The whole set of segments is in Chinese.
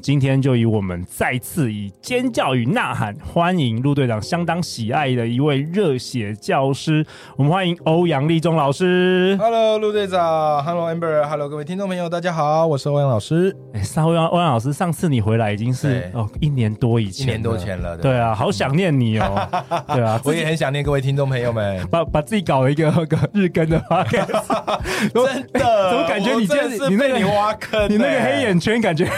今天就以我们再次以尖叫与呐喊欢迎陆队长相当喜爱的一位热血教师，我们欢迎欧阳立中老师。 Hello，陆队长，Hello Amber，Hello 各位听众朋友，大家好，我是欧阳老师。哎，上欧阳欧阳老师，上次你回来已经是对哦一年多以前，一年多前了对对啊，好想念你哦， 对啊，，我也很想念各位听众朋友们把把自己搞了一个 个日更的 podcast， 真 的，怎么感觉你我真这的是你那被个你挖坑、欸你那个黑，眼圈 感觉，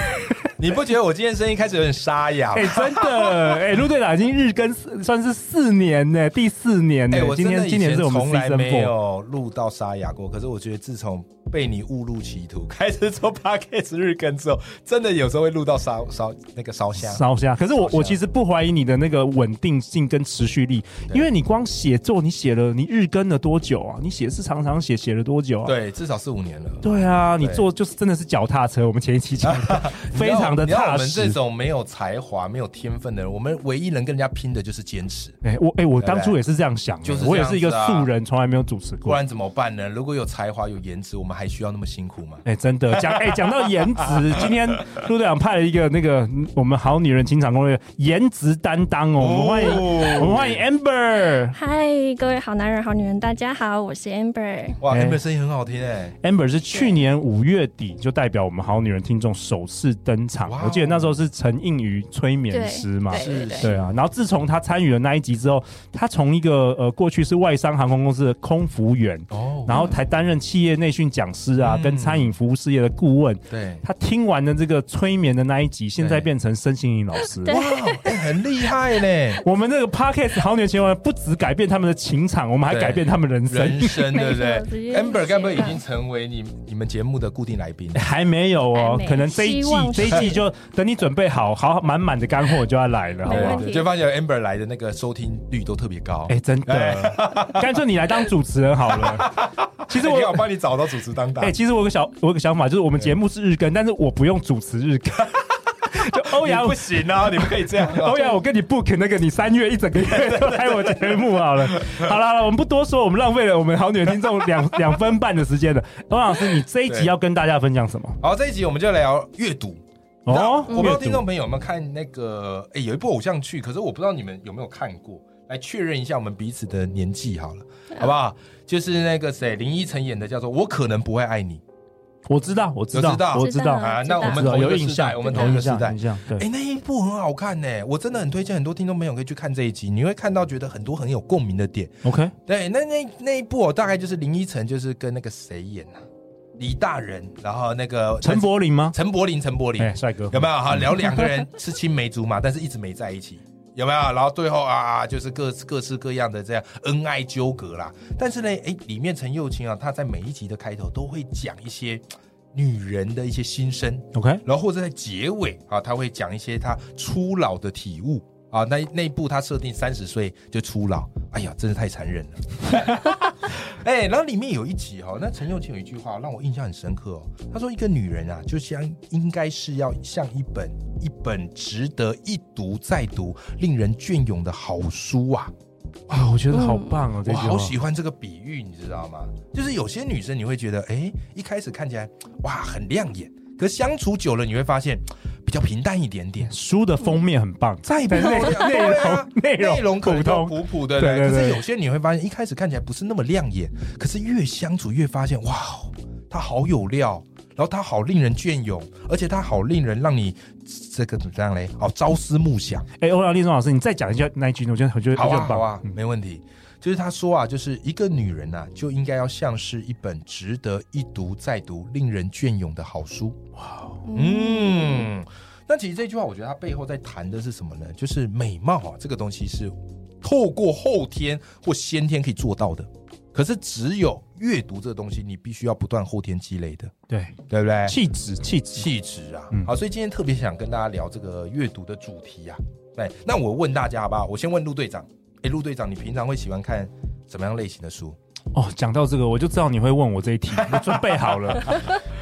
你不觉得我今天声音开始有点沙哑吗哎、？真 的，哎、陆队长已经日更四算是四年呢，第四年呢、哎我哎今真天的以今年前是我们从来 season 没 four，有录到沙哑过，可是我觉得自从被你误入歧途，开始做 podcast 日更之后，真的有时候会录到烧烧那个烧香。烧香。可是我烧香我其实不怀疑你的那个稳定性跟持续力，因为你光写作，你写了你日更了多久啊？你写是常常写，写了多久啊？。对，至少四五年了。对啊，你对做就是真的是脚踏车。我们前一期讲的非常的 你知道踏我们这实。种没有才华、没有天分的人，我们唯一能跟人家拼的就是坚持。哎、我哎、我对不对当初也是这样想的，就是这样子啊我也是一个素人，从来没有主持不过。然怎么办呢？如果有才华、有颜值，我们还需要那么辛苦吗？哎、真的讲哎，讲、到颜 值，今天陆队长派了一个那个嗯我们好女人情场攻略颜值担当哦，我们欢迎、我们欢迎 Amber。嗨，各位好男人、好女人，大家好，我是 Amber。哇，哎你们声音很好听哎、 Amber 是去年五月底就代表我们好女人听众首次登场，哇哦我记得那时候是陈映瑜催眠对，师嘛，对对对对啊，然后自从他参与了那一集之后，他从一个呃过去是外商航空公司的空服员，哦，然后还担任企业内训讲师啊，嗯跟餐饮服务事业的顾问。对，他听完了这个催眠的那一集，现在变成身心灵老师。，对哇， 哎很厉害呢我们这个 podcast 好女人情况不只改变他们的情场，我们还对改变他们人生。人生对没错不直对接？Amber 该不会已写吧经成为你你们节目的固定来宾？还没有哦还，没可能这一季希望这是一季就等你准备好，好满满的干货就要来了，好不 没好问题？对就发现 Amber 来的那个收听率都特别高。哎，真的，干脆你来当主持人好 了。其实哎我我帮你找到主持当当哎、。其实我有个小我有个想法，就是我们节目是日更，但是我不用主持日更。 就欧你阳不，行啊，你不可以这样啊。欧阳，我跟你 book 那个，你三月一整个月都来我节目好 了。好了，好了我们不多说，我们浪费了我们好女人听众两两分半的时间了。欧阳老师，你这一集对要跟大家分享什么？好，这一集我们就聊阅读。哦，我不知道阅听读众朋友有没有看那个，哎、有一部偶像剧，可是我不知道你们有没有看过，来确认一下我们彼此的年纪好了，嗯好不好？就是那个谁，林依晨演的叫做《我可能不会爱你我知道，我知道有知，道我知道，嗯啊知道那我知们道同一有个印时代，象，我们同一个时有代印。象，对哎、。那一部很好看呢、我真的很推荐很多听众朋友可以去看这一集，你会看到觉得很多很有共鸣的点。 OK，对，那那那一部哦，大概就是林依晨就是跟那个谁演啊，李大仁，然后那个陈柏霖吗？陈柏霖，陈柏霖，哎，帅哥，有没有？哈，聊两个人是青梅竹马， 但是一直没在一起，有没有？然后最后啊，就是各各式各样的这样恩爱纠葛啦。但是呢，哎，里面陈幼卿啊，她在每一集的开头都会讲一些嘖女人的一些心声， OK，然后或者在结尾啊，她会讲一些她初老的体悟。啊，那那一部她设定三十岁就初老，哎呀，真是太残忍了。 哎、然后里面有一集哈、哦，那陈幼卿有一句话让我印象很深刻哦。他说：“一个女人啊，就像应该是要像一本一本值得一读再读、令人隽永的好书啊。啊，我觉得好棒哦，这句嗯我话好喜欢这个比喻，你知道吗？就是有些女生你会觉得，哎、一开始看起来哇很亮眼，可相处久了你会发现比较平淡一点点。书的封面很棒，再普但是通内对啊内容 内容可能普通都普普的，对对可对是有些你会发现，一开始看起来不是那么亮眼，可是越相处越发现，哇，他好有料，然后他好令人隽永，而且他好令人让你这个怎么样嘞？好朝思暮想。哎、欧阳立中老师，你再讲一下那一句，我觉得我觉得好我觉得啊，很好棒啊，嗯没问题。就是他说啊，就是一个女人啊，就应该要像是一本值得一读再读、令人隽永的好书。嗯，那其实这句话，我觉得它背后在谈的是什么呢？就是美貌啊，这个东西是透过后天或先天可以做到的，可是只有阅读这个东西，你必须要不断后天积累的，对，对不对？气质气质，气质啊，嗯好，所以今天特别想跟大家聊这个阅读的主题啊。对，那我问大家好不好？我先问陆队长，哎，陆队长，你平常会喜欢看什么样类型的书？哦，讲到这个，我就知道你会问我这一题，我准备好了。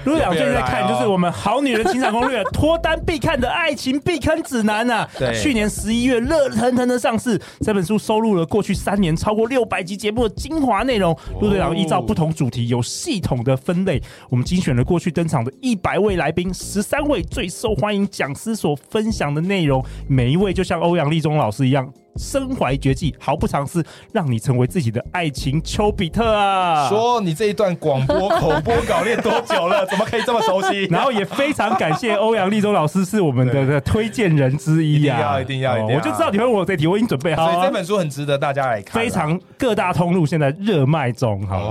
陆队长最近在看，就是我们《好女人情场攻略》脱单必看的爱情避坑指南啊。对去年十一月热腾腾的上市，这本书收录了过去三年超过六百集节目的精华内容。陆队长依照不同主题有系统的分类，我们精选了过去登场的一百位来宾，十三位最受欢迎讲师所分享的内容，每一位就像欧阳立中老师一样。身怀绝技，毫不藏私，让你成为自己的爱情丘比特啊！说你这一段广播口播稿练多久了？怎么可以这么熟悉？ 然后也非常感谢欧阳立中老师是我们 的的推荐人之一啊！一定要一定要一定要我就知道你会问我这题，我已经准备好所以这了。本书很值得大家来看啊，啊非常各大通路现在热卖中，好了哦，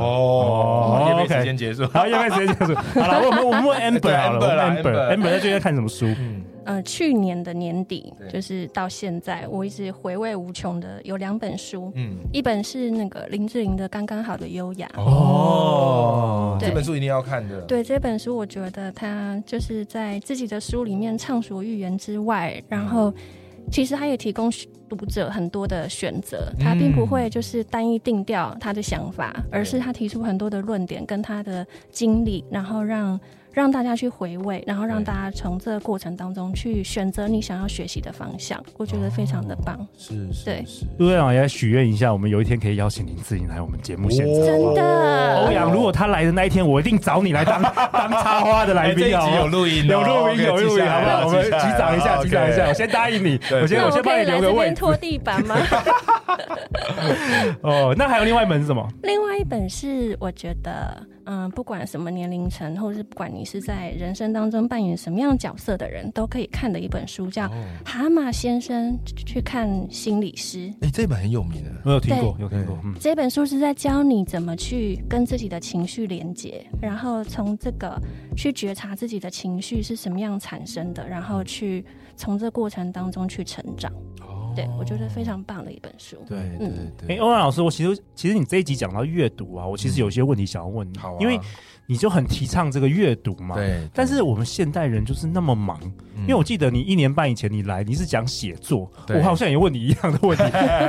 哦也没时 OK 间结束。好，要不要直接结束？好了，我们我们问 对 Amber 好了， Amber 啦我们 Amber Amber，Amber 在最近在看什么书？嗯呃，去年的年底对，就是到现在，我一直回味无穷的有两本书，嗯，一本是那个林志玲的《刚刚好的优雅》。哦，对这本书一定要看的。对这本书，我觉得他就是在自己的书里面畅所欲言之外，然嗯后其实他也提供读者很多的选择，他并嗯不会就是单一定调他的想法，而是他提出很多的论点跟他的经历，然后让让大家去回味，然后让对大家从这个过程当中去选择你想要学习的方向，我觉得非常哦的棒。是是对是，陆队长啊也许愿一下，我们有一天可以邀请林志颖来我们节目现场。真的哦欧阳，如果他来的那一天，我一定找你来 当当插花的来哎这一宾集哦。有录音有哦，录音， OK，有录记音，下好来不好？我们记击下来哦掌一下，击掌一下，我啊 OK 先答应你，对我先那我我先帮可你以留来个这位边置。拖地板吗？哦，那还有另外一门是什么？另外一本是我觉得，嗯，不管什么年龄层，或是不管你是在人生当中扮演什么样角色的人，都可以看的一本书，叫《哦蛤蟆先生去看心理师》。哎，这本很有名的，我有听过，有听过。嗯，这本书是在教你怎么去跟自己的情绪连接，然后从这个去觉察自己的情绪是什么样产生的，然后去从这过程当中去成长。哦对我觉得非常棒的一本书。对啊对嗯哎，对。欧阳老师，我其实其实你这一集讲到阅读啊，我其实有些问题想要问你好啊，因为你就很提倡这个阅读嘛。。对，但是我们现代人就是那么忙，因为嗯我记得你一年半以前你来，你是讲写作，对我好像也问你一样的 问题，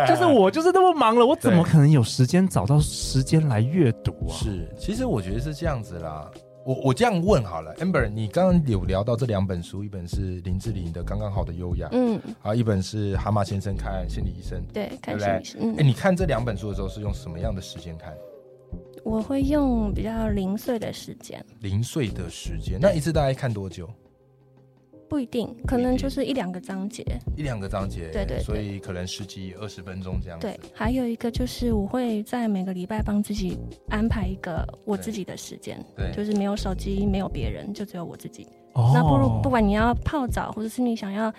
就是我就是那么忙了，我怎么对可能有时间找到时间来阅读啊？是，其实我觉得是这样子啦。我我这样问好了，amber，你刚刚有聊到这两本书，一本是林志玲的《刚刚好的优雅》，嗯，啊，一本是蛤蟆先生看心理医生。对，看对不心对理师。嗯哎、，你看这两本书的时候是用什么样的时间看？我会用比较零碎的时间。零碎的时间，那一次大概看多久？不一定，可能就是一两个章节。一两个章节，对对对所以可能十几二十分钟这样子。对，还有一个就是我会在每个礼拜帮自己安排一个我自己的时间，对就是没有手机，没有别人，就只有我自己。哦那不如不管你要泡澡，或者是你想要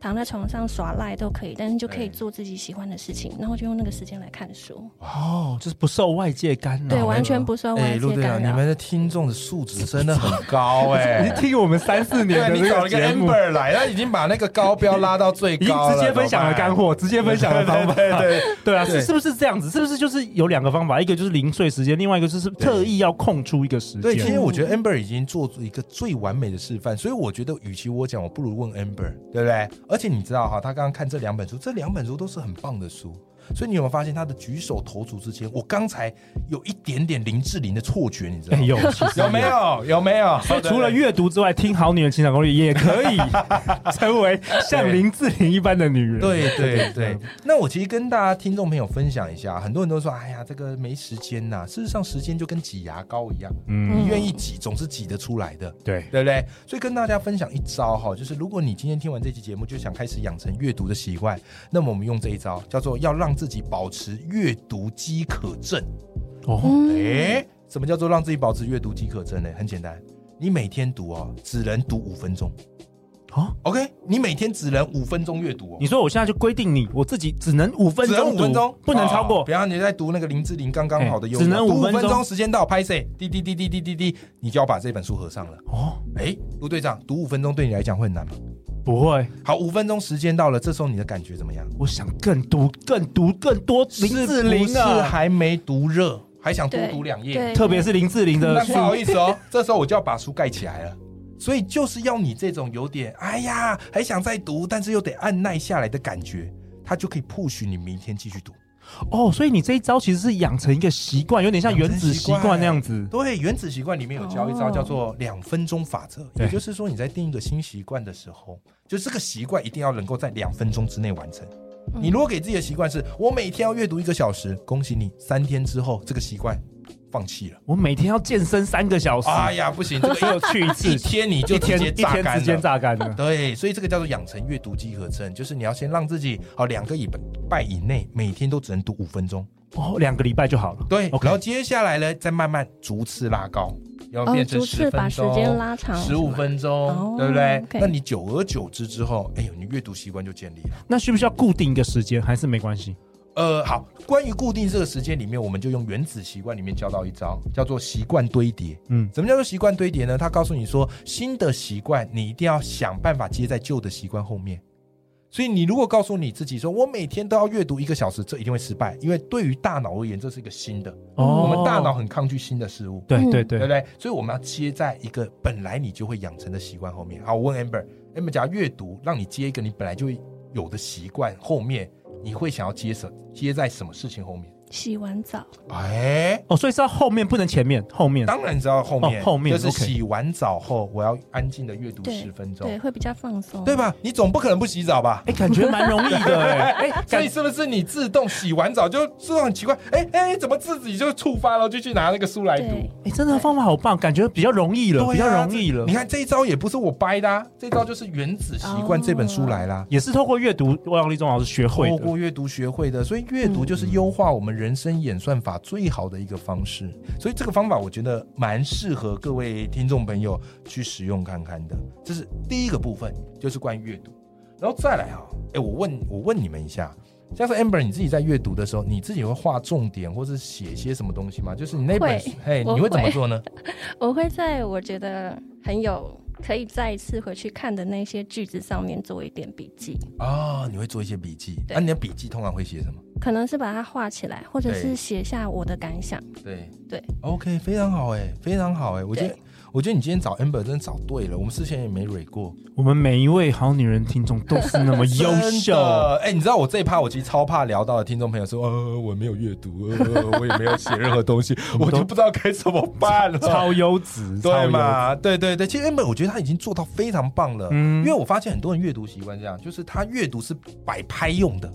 躺在床上耍赖都可以，但是就可以对做自己喜欢的事情，然后就用那个时间来看书，哦，就是不受外界干扰，对，完全。不受哎、外陆界队长，干你扰。们的听众的素质真的很高你 哎、 听我们三四年对，的你这找了一个节目， amber 来，他已经把那个高标拉到最已经高了，直接分享了干货，直接分享了方法。对对对 对啊，对是是不是这样子？是不是就是有两个方法，一个就是零碎时间，另外一个就是特意要空出一个时对，其间。实我觉得 Amber 已经做出一个最完美的示范，所以我觉得，与其我讲，我不如问 Amber，对不对？而且你知道哈，他刚刚看这两本书，这两本书都是很棒的书，所以你有没有发现他的举手投足之间，我刚才有一点点林志玲的错觉，你知道哎 吗？呦，其实有没？有？有没有？所以哦除了阅读之外，听《好女人情场攻略》也可 以成为像林志玲一般的女人。对 对嗯对，那我其实跟大家听众朋友分享一下，很多人都说，哎呀，这个没时间呐、事实上，时间就跟挤牙膏一样，嗯，你愿意挤，总是挤得出来的。对，对不对？所以跟大家分享一招哈，就是如果你今天听完这期节目就想开始养成阅读的习惯，那么我们用这一招叫做要让自己保持阅读饥渴症。哦，嗯，诶、什么叫做让自己保持阅读饥渴症呢？很简单，你每天读哦，只能读五分钟。啊，OK，你每天只能五分钟阅读哦。你说我现在就规定你，我自己只能五分只能钟五读，分钟，不能超哦过比。方你在读那个林志玲刚刚好的哎优只雅，能读五分钟分钟，时间到，拍摄，滴滴滴滴滴滴滴，你就要把这本书合上了。哦，哎，陆队长，读五分钟对你来讲会很难吗？不会，好，五分钟时间到了，这时候你的感觉怎么样？我想更读、更读、更多林志是玲不是啊，还没读热，还想多对读两页？对，特别是林志玲的那书 不好意思哦，这时候我就要把书盖起来了。所以就是要你这种有点哎呀还想再读，但是又得按耐下来的感觉，它就可以 push 你明天继续读。哦，所以你这一招其实是养成一个习惯，有点像原子习惯那样子。对，《原子习惯》里面有教一招哦叫做两分钟法则，对也就是说你在定一个新习惯的时候，就这个习惯一定要能够在两分钟之内完成。嗯你如果给自己的习惯是我每天要阅读一个小时，恭喜你，三天之后这个习惯放弃了。我每天要健身三个小时，哎呀，不行，这个 只有去一一次，一天你就一直天接一榨天干之间了。榨干了。对，所以这个叫做养成阅读饥渴症，就是你要先让自己好两个礼拜以内，每天都只能读五分钟。哦，两个礼拜就好了。对 OK 然后接下来呢，再慢慢逐次拉高，然哦，后变成逐十次把分时钟、间拉长，十五分钟，哦对不对 OK 那你久而久之之后，哎呦，你阅读习惯就建立了。那需不需要固定一个时间，还是没关系？呃，好，关于固定这个时间里面，我们就用《原子习惯》里面教到一招，叫做习惯堆叠。嗯，什么叫做习惯堆叠呢？它告诉你说，新的习惯你一定要想办法接在旧的习惯后面。所以你如果告诉你自己说，我每天都要阅读一个小时，这一定会失败，因为对于大脑而言，这是一个新的，哦，我们大脑很抗拒新的事物。对嗯对对对不，对？所以我们要接在一个本来你就会养成的习惯后面。好，我问 Amber，Amber 假如阅读让你接一个你本来就有的习惯后面，你会想要接什接在什么事情后面？洗完澡，哎，哦，所以是要后面，不能前面，后面。当然知道后面，哦后面就是 OK 洗完澡后，我要安静的阅读对十分钟，对，会比较放松，对？吧？你总不可能不洗澡吧？哎，感觉蛮容易 的哎，哎，所感以是不是你自动洗完澡就自动很奇怪？哎哎，怎么自己就触发了，就去拿那个书来读？对，哎，真的方法好棒，感觉比较容易了，对啊比较容易了你。看这一招也不是我掰的、啊，这招就是《原子习惯》这本书来啦。也是透过阅读欧阳立中老师学会透的。过阅读学会的，所以阅读就是优化我们人生演算法最好的一个方式。所以这个方法我觉得蛮适合各位听众朋友去使用看看的。这是第一个部分，就是关于阅读。然后再来啊，哎，我问我问你们一下，像是 Amber 你自己在阅读的时候，你自己会画重点或是写一些什么东西吗？就是你那本会，哎，我你会怎么会做呢？我会在我觉得很有可以再一次回去看的那些句子上面做一点笔记，啊、你会做一些笔记。那、对你的笔记通常会写什么？可能是把它画起来，或者对是写下我的感 想。对对，OK，非常好哎、非常好哎、我觉得对我觉得你今天找 Amber 真的找对了，我们之前也没蕊过，我们每一位好女人听众都是那么优 真秀，的哎、你知道我这一趴我其实超怕聊到的听众朋友说，呃，我没有阅读， 呃，我也没有写任何东西，我就不知道该怎么办了。超优质，超对优质？嘛？对对对，其实 Amber 我觉得他已经做到非常棒了，嗯因为我发现很多人阅读习惯这样，就是他阅读是摆拍用的，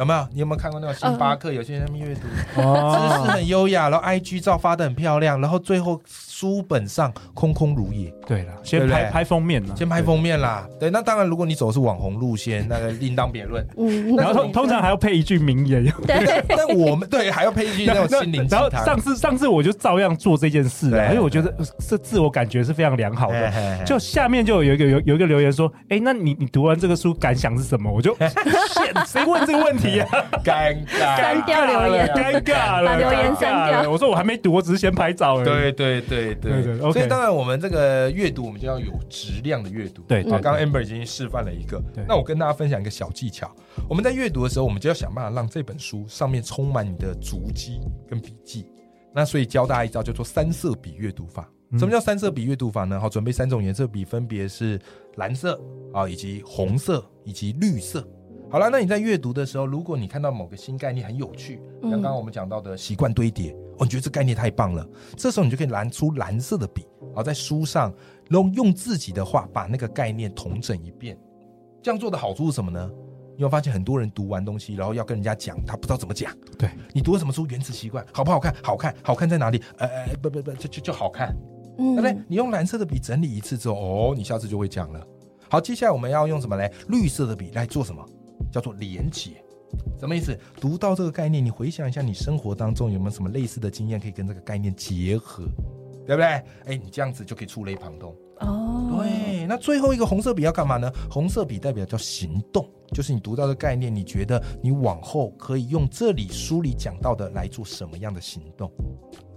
有没有？你有没有看过那种星巴嗯克有些人他们阅读？姿势哦，很优雅，然后 IG 照发的很漂亮，然后最后书本上空空如也，对了，先对不对拍拍封面呢，先拍封面啦。对，那当然，如果你走的是网红路线，那个另当别论。嗯，对。然后通通常还要配一句名言，对，但我们 对还要配一句那种心灵鸡然后汤。上 次上次我就照样做这件事对啊，因为我觉得呃这自我感觉是非常良好哎嘿的。嘿嘿就下面就有一个有有一个留言说，哎，那你你读完这个书感想是什么？我就 shit，谁问这个问 题啊？尴删尬。掉留言尴尬了，把留言尴尬删掉了我说我还没读，我只是先拍照而已。对对对对对对，OK 所以当然我们这个阅读，我们就要有质量的阅读。对对好刚刚对 Amber 已经示范了一个对。那我跟大家分享一个小技巧，我们在阅读的时候，我们就要想办法让这本书上面充满你的足迹跟笔记。那所以教大家一招叫做三色笔阅读法。嗯什么叫三色笔阅读法呢？好，准备三种颜色笔，分别是蓝色啊，以及红色以及绿色。好了，那你在阅读的时候，如果你看到某个新概念很有趣，嗯像刚刚我们讲到的习惯堆叠，哦，你觉得这概念太棒了，这时候你就可以拿出蓝色的笔，然后在书上用用自己的话把那个概念统整一遍。这样做的好处是什么呢？你会发现很多人读完东西，然后要跟人家讲，他不知道怎么讲。对，你读了什么书？《原子习惯》好不好看？好看，好看在哪里？呃，呃不不不，就就就好看。对不对嗯，？你用蓝色的笔整理一次之后，哦，你下次就会讲了。好，接下来我们要用什么来？绿色的笔来做什么？叫做连结。什么意思？读到这个概念，你回想一下，你生活当中有没有什么类似的经验可以跟这个概念结合，对不对？哎，你这样子就可以触类旁通。哦，对，那最后一个红色笔要干嘛呢？红色笔代表叫行动，就是你读到的概念，你觉得你往后可以用这里书里讲到的来做什么样的行动？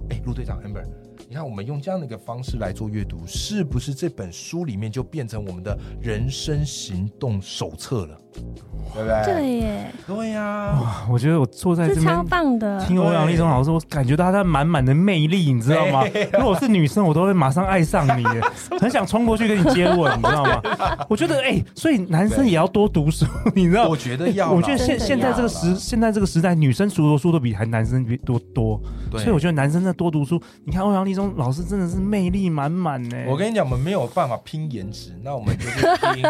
哎，陆队长 Amber，你你看，我们用这样的一个方式来做阅读，是不是这本书里面就变成我们的人生行动手册了？对不对？对耶，对呀、哇，我觉得我坐在这这边超棒的。听欧阳立中老师，我感觉到他满满的魅力，你知道 吗？如果我是女生，我都会马上爱上你耶，很想冲过去跟你接吻，你知道吗？我觉得，哎、所以男生也要多读书， 你知道？我觉得要啦，我觉得真现的现在这个要时啦现在这个时代，女生读的书都比还男生比多多，对所以我觉得男生在多读书。你看欧阳立中老师真的是魅力满满呢。我跟你讲，我们没有办法拼颜值，那我们就是 拼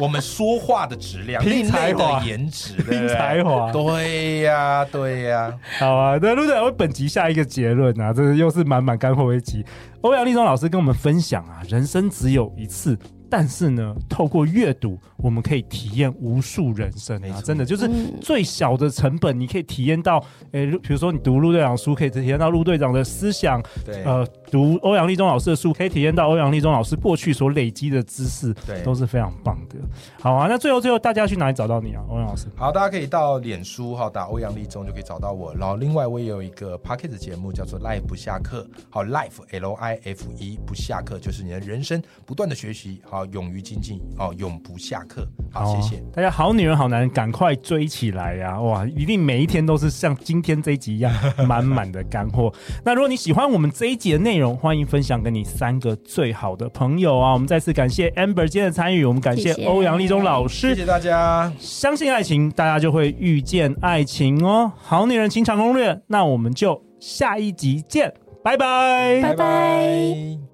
我们说话的质量，拼另类才华的颜值，对不拼对才华，对呀、对呀、好啊，那陆队我本集下一个结论啊，这又是满满干货一集。欧阳立中老师跟我们分享啊，人生只有一次，但是呢，透过阅读，我们可以体验无数人生没啊，错真的就是嗯最小的成本，你可以体验到，诶、比如说你读陆队长书，可以体验到陆队长的思想，对，呃，读欧阳立中老师的书，可以体验到欧阳立中老师过去所累积的知识，对都是非常棒的。好啊，那最后最后大家去哪里找到你啊，欧阳老师？好，大家可以到脸书哈，打欧阳立中就可以找到我。然后另外我也有一个 p o c k e t 节目叫做 Life 不下课，好 Life L I F E 不下课，就是你的人生不断的学习，好勇于精进，好永不下课。好，啊谢谢。大家好女人好男人，赶快追起来呀、哇，一定每一天都是像今天这一集一样满满的干货。 那如果你喜欢我们这一集的内容，欢迎分享给你三个最好的朋友啊！我们再次感谢 Amber 今天的参与，我们感谢谢谢欧阳立中老师。谢谢大家，相信爱情，大家就会遇见爱情哦。好女人情场攻略，那我们就下一集见，拜拜拜拜拜